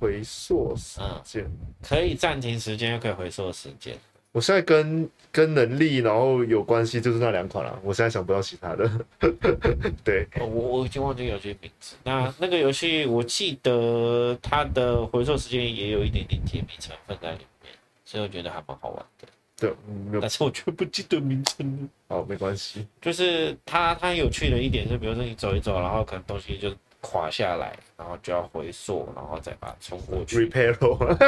B: 回溯时
A: 嗯，
B: 间。
A: 可以暂停时间，又可以回溯时间。
B: 我现在跟跟能力然后有关系就是那两款了、我现在想不到其他的。 (laughs) 对，
A: 哦我我已经忘记游戏名字。那那个游戏，我记得它的回溯时间也有一点点解谜成分在里面，所以我觉得还蛮好玩的。
B: 对，嗯没有
A: 但是我却不记得名称了。
B: 好，没关系。
A: 就是它它有趣的一点是，比如说你走一走，然后可能东西就垮下来，然后就要回溯，然后再把它冲过去。
B: Repair，
A: (laughs)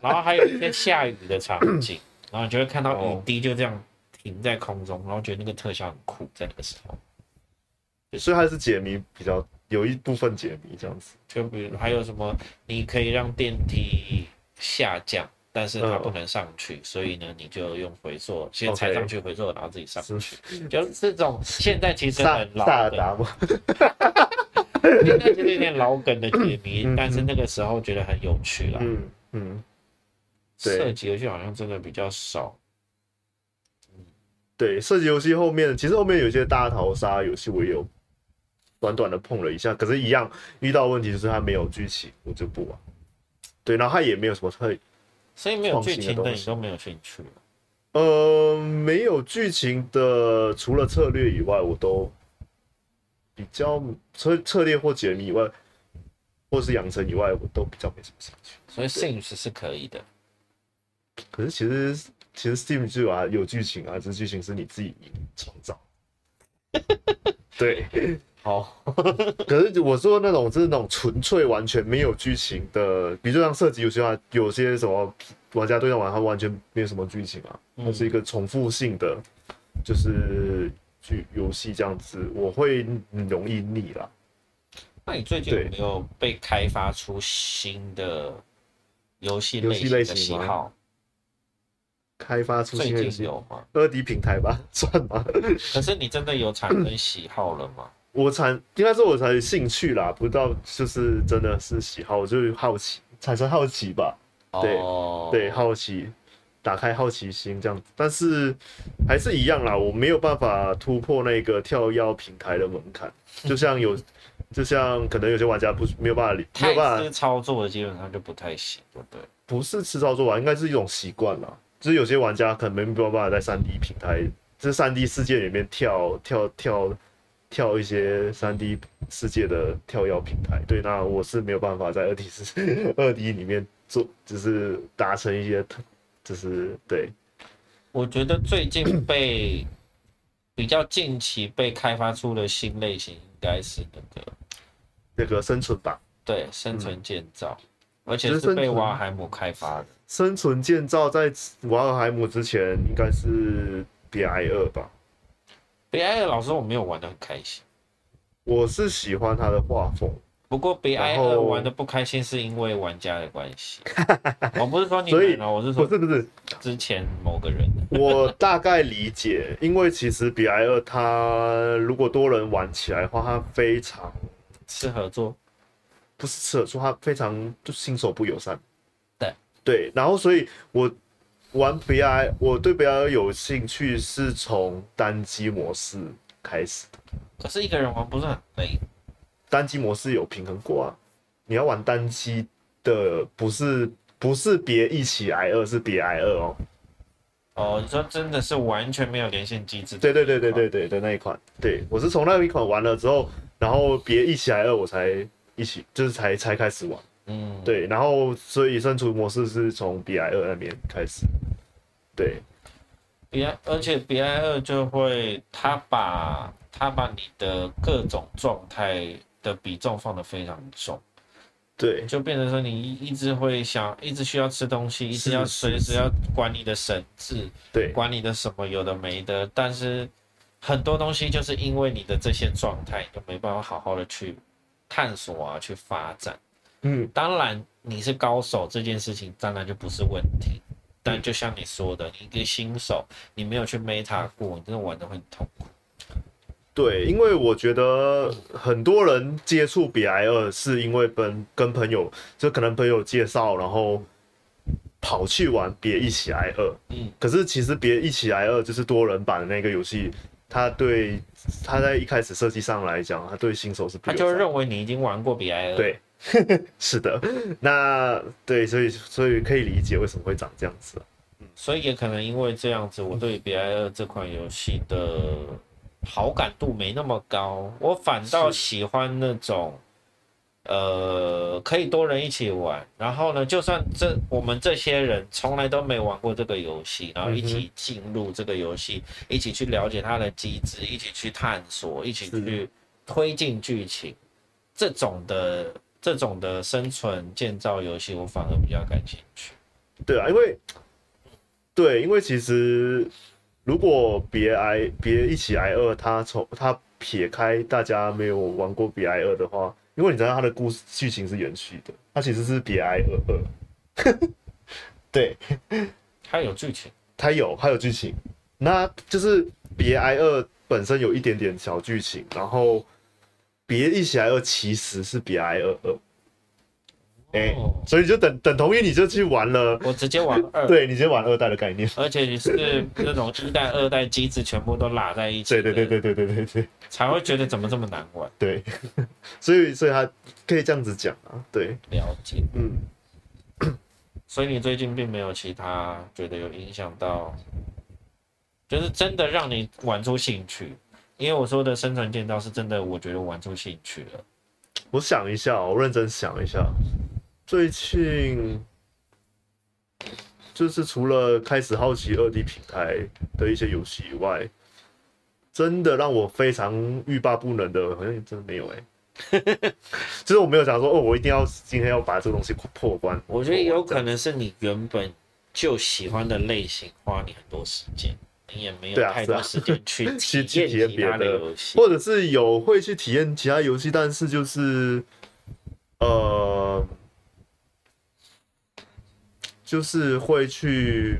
A: 然后还有一些下雨的场景，然后你就会看到雨
B: 哦
A: 滴就这样停在空中，然后觉得那个特效很酷，在那个时候。
B: 所以它是解谜比较有一部分解谜这样子。
A: 就比如还有什么，你可以让电梯下降，但是它
B: 嗯
A: 不能上去，所以呢，你就用回溯先踩
B: OK
A: 上去回溯，然后自己上，
B: 是
A: 就是这种现在其实
B: 萨
A: 很老
B: 萨尔
A: 梗，
B: 达吗？
A: 现在其实有点老梗的解谜
B: 嗯嗯，
A: 但是那个时候觉得很有趣啦。
B: 嗯嗯，对
A: 射击游戏好像真的比较少，
B: 对，射击游戏后面其实后面有一些大逃杀游戏我也有短短的碰了一下，可是一样遇到问题就是它没有剧情，我就不玩。对，然后它也没有什么特
A: 所以没有
B: 创
A: 剧
B: 新的
A: 情的
B: 东
A: 你
B: 西
A: 都没有兴趣了。
B: 呃，没有剧情的，除了策略以外，我都比较策策略或解谜以外，或是养成以外，我都比较没什么兴趣。
A: 所以 Sims 是可以的，
B: 可是其实其实 Steam 就有啊有剧情啊，只是剧情是你自己创造。 (laughs) 对，
A: 好，
B: 可是我说那种就是那种纯粹完全没有剧情的，比如说像射击游戏的话，有些什么玩家对战玩，它完全没有什么剧情啊，
A: 嗯
B: 它是一个重复性的，就是剧游戏这样子，我会很容易腻啦。
A: 那你最近
B: 对
A: 有没有被开发出新的游戏
B: 游
A: 类
B: 戏
A: 型
B: 类
A: 的
B: 型
A: 喜
B: 吗
A: 好？
B: 开发出新的游
A: 最近
B: 戏，
A: 有吗？
B: 二 D 平台吧，算吧。
A: 可是你真的有产生喜好了吗？
B: (laughs) 我才应该是我才有兴趣啦，不到就是真的是喜好，我就是好奇，产生好奇吧。对
A: 哦
B: 对，，好奇，打开好奇心这样子，但是还是一样啦，我没有办法突破那个跳跃平台的门槛，就
A: (laughs)
B: 像有，就像可能有些玩家不没有办法理，没有办
A: 太
B: 法，
A: 私操作的基本上就不太行，对不对？
B: 啊不是吃操作吧，应该是一种习惯啦，就是有些玩家可能没有办法在三 D 平台就是三 D 世界里面跳跳跳跳一些三 D 世界的跳跃平台。对，那我是没有办法在二 D 世二 D 里面做，就是达成一些特，就是对
A: 我觉得最近被比较近期被开发出的新类型，应该是那个
B: 那个生存吧。
A: 对生存建造，
B: 嗯
A: 而
B: 其
A: 且
B: 实
A: 是
B: 生
A: 被
B: 存
A: 瓦海姆开发的。
B: 生存建造在瓦尔海姆之前应该是 BI 二吧，
A: 悲哀的老师我没有玩的很开心，
B: 我是喜欢他的画风，
A: 不过悲哀
B: 然
A: 二
B: 后
A: 玩的不开心是因为玩家的关
B: (laughs)
A: 系。我不是说你
B: 所以
A: 们哦，我是
B: 不
A: 说
B: 是不是，
A: 之前某个人。
B: 我大概理解，因为其实 BI 二它如果多人玩起来的话，它非常
A: 适合做，
B: 不是吃得出，它非常就新手不友善。
A: 对
B: 对，然后所以我玩 BI，我对 BI 有兴趣是从单机模式开始的，
A: 可是一个人玩不是很累。
B: 单机模式有平衡过啊。你要玩单机的，不是不是别一起 I 二，是别 I 二哦。
A: 哦，你说真的是完全没有连线机制？
B: 对对对对对对的那一款，对我是从那一款玩了之后，然后别一起来二我才一起，就是才才开始玩，
A: 嗯，
B: 对，然后所以生存模式是从 B I 二那边开始，对
A: 比埃，而且比埃二就会，他把他把你的各种状态的比重放得非常重，
B: 对
A: 就变成说你一一直会想，一直需要吃东西，一直
B: 是
A: 要
B: 是
A: 随时要管你的神智，
B: 对
A: 管你的什么有的没的，但是很多东西就是因为你的这些状态，你就没办法好好的去探索啊，去发展。
B: 嗯
A: 当然你是高手这件事情当然就不是问题，但就像你说的，你一个新手，你没有去 meta 过，你真的玩的会很痛苦。
B: 对，因为我觉得很多人接触 B I 二是因为跟跟朋友，就可能朋友介绍，然后跑去玩别一起来二，
A: 嗯，
B: 可是其实别一起来二就是多人版的那个游戏，它对它在一开始设计上来讲，它对新手是不
A: 他
B: 友
A: 就会
B: 善的。
A: 认为你已经玩过比埃尔，，
B: 对， (laughs) 是的，那对，所以所以可以理解为什么会长这样子。啊
A: 所以也可能因为这样子，我对比埃尔这款游戏的好感度没那么高，我反倒
B: 是
A: 喜欢那种。呃，可以多人一起玩，然后呢，就算这我们这些人从来都没玩过这个游戏，然后一起进入这个游戏，一起去了解它的机制，一起去探索，一起去推进剧情，这种的这种的生存建造游戏，我反而比较感兴趣。
B: 对啊，因为对，因为其实如果别挨别一起挨饿，他从他撇开大家没有玩过别挨饿的话，因为你知道他的故事剧情是延续的，它其实是别挨饿 (laughs) 二，对，
A: 它有剧情，
B: 它有，它有剧情。那就是《别挨二》本身有一点点小剧情，然后《别一起挨二》其实是《别挨二二》哎、
A: 哦
B: 所以就等等同于你就去玩了，
A: 我直接玩二，
B: 对你直接玩二代的概念。
A: 而且是那种一代、二代机制全部都拉在一起，
B: 对对对，对对对对对
A: 才会觉得怎么这么难玩。
B: 对， (laughs) 所以所以他可以这样子讲啊，对，
A: 了解，
B: 嗯，
A: 所以你最近并没有其他觉得有影响到，就是真的让你玩出兴趣。因为我说的生存建造是真的，我觉得玩出兴趣了。
B: 我想一下哦，我认真想一下，最近就是除了开始好奇二 D 平台的一些游戏以外，真的让我非常欲罢不能的，好像真的没有哎、 (laughs) 就是我没有想说哦，我一定要今天要把这个东西破关。
A: 我觉得有可能是你原本就喜欢的类型，花你很多时间，你也没有
B: 对啊
A: 太
B: 是
A: 多
B: 啊
A: 时间去体验
B: 去去体验
A: 其
B: 别
A: 他的
B: 的
A: 游
B: (laughs)
A: 戏。
B: 或者是有会去体验其他游戏，但是就是，呃，就是会去，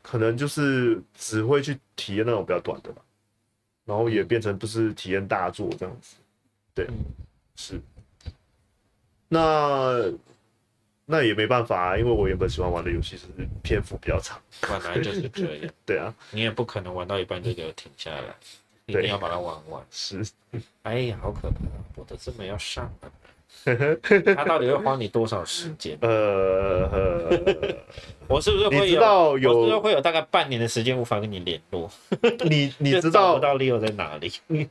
B: 可能就是只会去体验那种比较短的吧，然后也变成不是体验大作这样子，对
A: 嗯，
B: 是，那那也没办法、啊，因为我原本喜欢玩的游戏是篇幅比较长，
A: 本来就是这样，
B: 对啊，
A: 你也不可能玩到一半就给我停下来，一
B: 对
A: 定要把它玩完。
B: 是，
A: 哎呀，好可怕！我的这么要上了，
B: (laughs)
A: 他到底会花你多少时间？
B: 呃。
A: 我是不是会
B: 你知
A: 有？
B: 道有
A: 我是不是会有大概半年的时间无法跟你联络？
B: 你你
A: 就
B: 知
A: 找
B: 道嗯
A: 不到 Leo 在哪里？
B: 你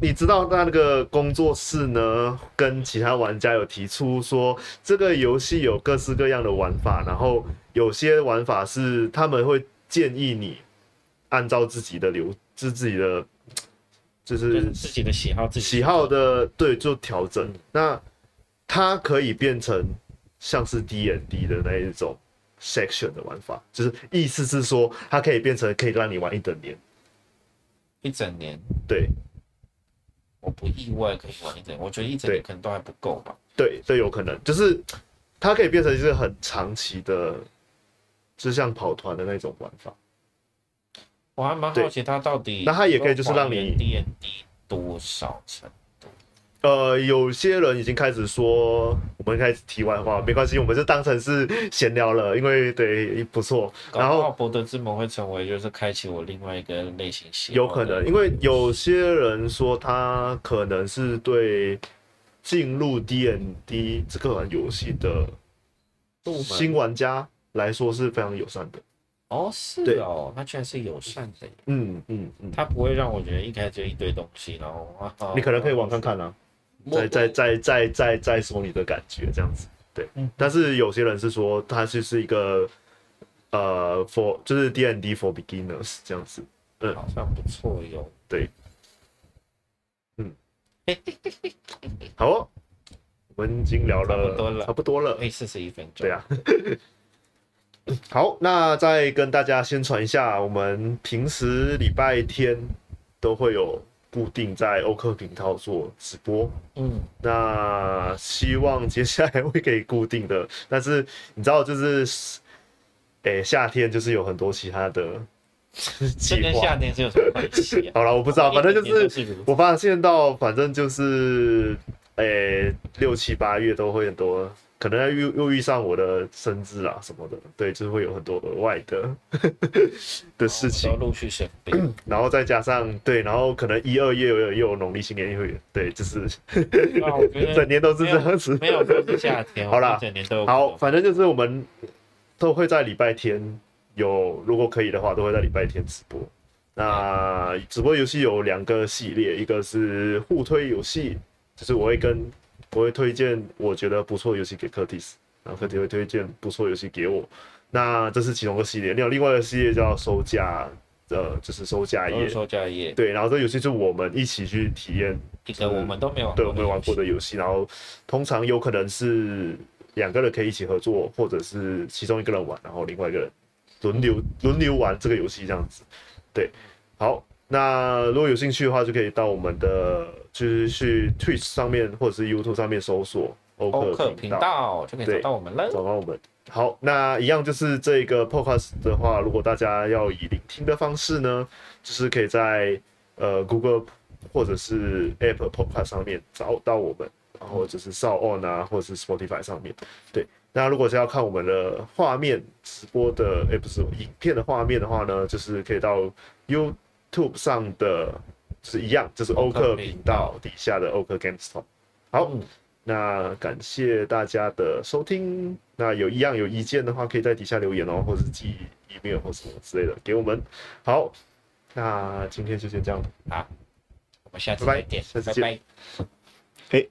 B: 你知道他那个工作室呢，跟其他玩家有提出说，这个游戏有各式各样的玩法，然后有些玩法是他们会建议你按照自己的流，自自己的
A: 就
B: 就
A: 是
B: 是嗯
A: 自己的喜好，自己
B: 喜好的对做调整。那它可以变成像是 D N D 的那一种 section 的玩法，就是意思是说，它可以变成可以让你玩一整年。
A: 一整年，
B: 对
A: 我不意外可以玩一整年。我觉得一整年可能都还不够吧。
B: 对，这有可能，就是它可以变成一个很长期的，就像跑团的那种玩法。
A: 我还蛮好奇他到底
B: 那它也可以就是让你
A: D N D 多少层？
B: 呃，有些人已经开始说，我们开始题外话，没关系，我们就当成是闲聊了，因为对不错。然
A: 搞不
B: 后
A: 好博德之门会成为就是开启我另外一个类型喜好
B: 有可能，因为有些人说他可能是对进入 D N D 这个款游戏的
A: 入门
B: 新玩家来说是非常友善的。
A: 哦，是
B: 对
A: 哦，他居然是友善的耶，
B: 嗯嗯嗯，
A: 他不会让我觉得一开始就一堆东西，然后啊啊
B: 你可能可以网上看啊，
A: 我
B: 再再再再再再说你的感觉这样子。对，
A: 嗯
B: 但是有些人是说它就是一个呃 for 就是 D N D for beginners 这样子。嗯
A: 好像不错哟。
B: 好、哦，我们已经聊了
A: 差不多了
B: 差不多了
A: 可哎以四十一分钟，
B: 对啊。 (laughs) 好，那再跟大家宣传一下，我们平时礼拜天都会有固定在欧克频道做直播，
A: 嗯，
B: 那希望接下来会可以固定的，但是你知道就是，诶、夏天就是有很多其他的 (laughs)
A: 这
B: 计
A: 跟夏
B: 划。
A: 天是有什么关
B: (laughs)
A: 系啊？
B: 好了，我不知道，反正就
A: 一年
B: 是
A: 都是如此
B: 我发现到，反正就是，诶、六七八月都会很多，可能又又遇上我的生日啊什么的，对，就是会有很多额外的 (laughs) 的事情
A: 我，都陆续生病，
B: 然后再加上对，然后可能一二月又有又有农历新年，又有对，就是
A: 那啊我觉
B: 整
A: 得
B: 年都是这样子。
A: 没有说是夏天，
B: (laughs) 好啦
A: 我一整年都有
B: 好，反正就是我们都会在礼拜天有，如果可以的话，都会在礼拜天直播。那直播游戏有两个系列，一个是互推游戏，就是我会跟我会推荐我觉得不错的游戏给柯蒂斯，然后柯蒂会推荐不错的游戏给我。那这是其中一个系列，另外另外一个系列叫收假，呃，就是收假
A: 都
B: 夜
A: 是。说假夜，
B: 对，然后这游戏是我们一起去体验
A: 一个我们都没有玩
B: 对我们玩过
A: 的游戏，
B: 的游戏，然后通常有可能是两个人可以一起合作，或者是其中一个人玩，然后另外一个人轮流轮流玩这个游戏这样子。对，好，那如果有兴趣的话，就可以到我们的就是去 Twitch 上面或者是 YouTube 上面搜索欧
A: 哦欧克
B: 克
A: 频
B: 频道。
A: 道就可以找到我们了。
B: 找到我们。好，那一样就是这个 podcast 的话，如果大家要以聆听的方式呢，就是可以在呃 Google 或者是 Apple Podcast 上面找到我们，然后就是 s o On 啊，或者是 Spotify 上面。对，那如果是要看我们的画面直播的，哎、不是影片的画面的话呢，就是可以到 YouTube 上的，就是一样，就是欧克频道底下的欧克 GameStop。好，
A: 嗯
B: 那感谢大家的收听。那有一样有意见的话，可以在底下留言哦，或是寄 email 或什么之类的给我们。好，那今天就先这样了。
A: 好，我们下次
B: 拜
A: 再
B: 拜
A: 见，
B: 下次
A: 拜
B: 见
A: 拜。
B: 嘿。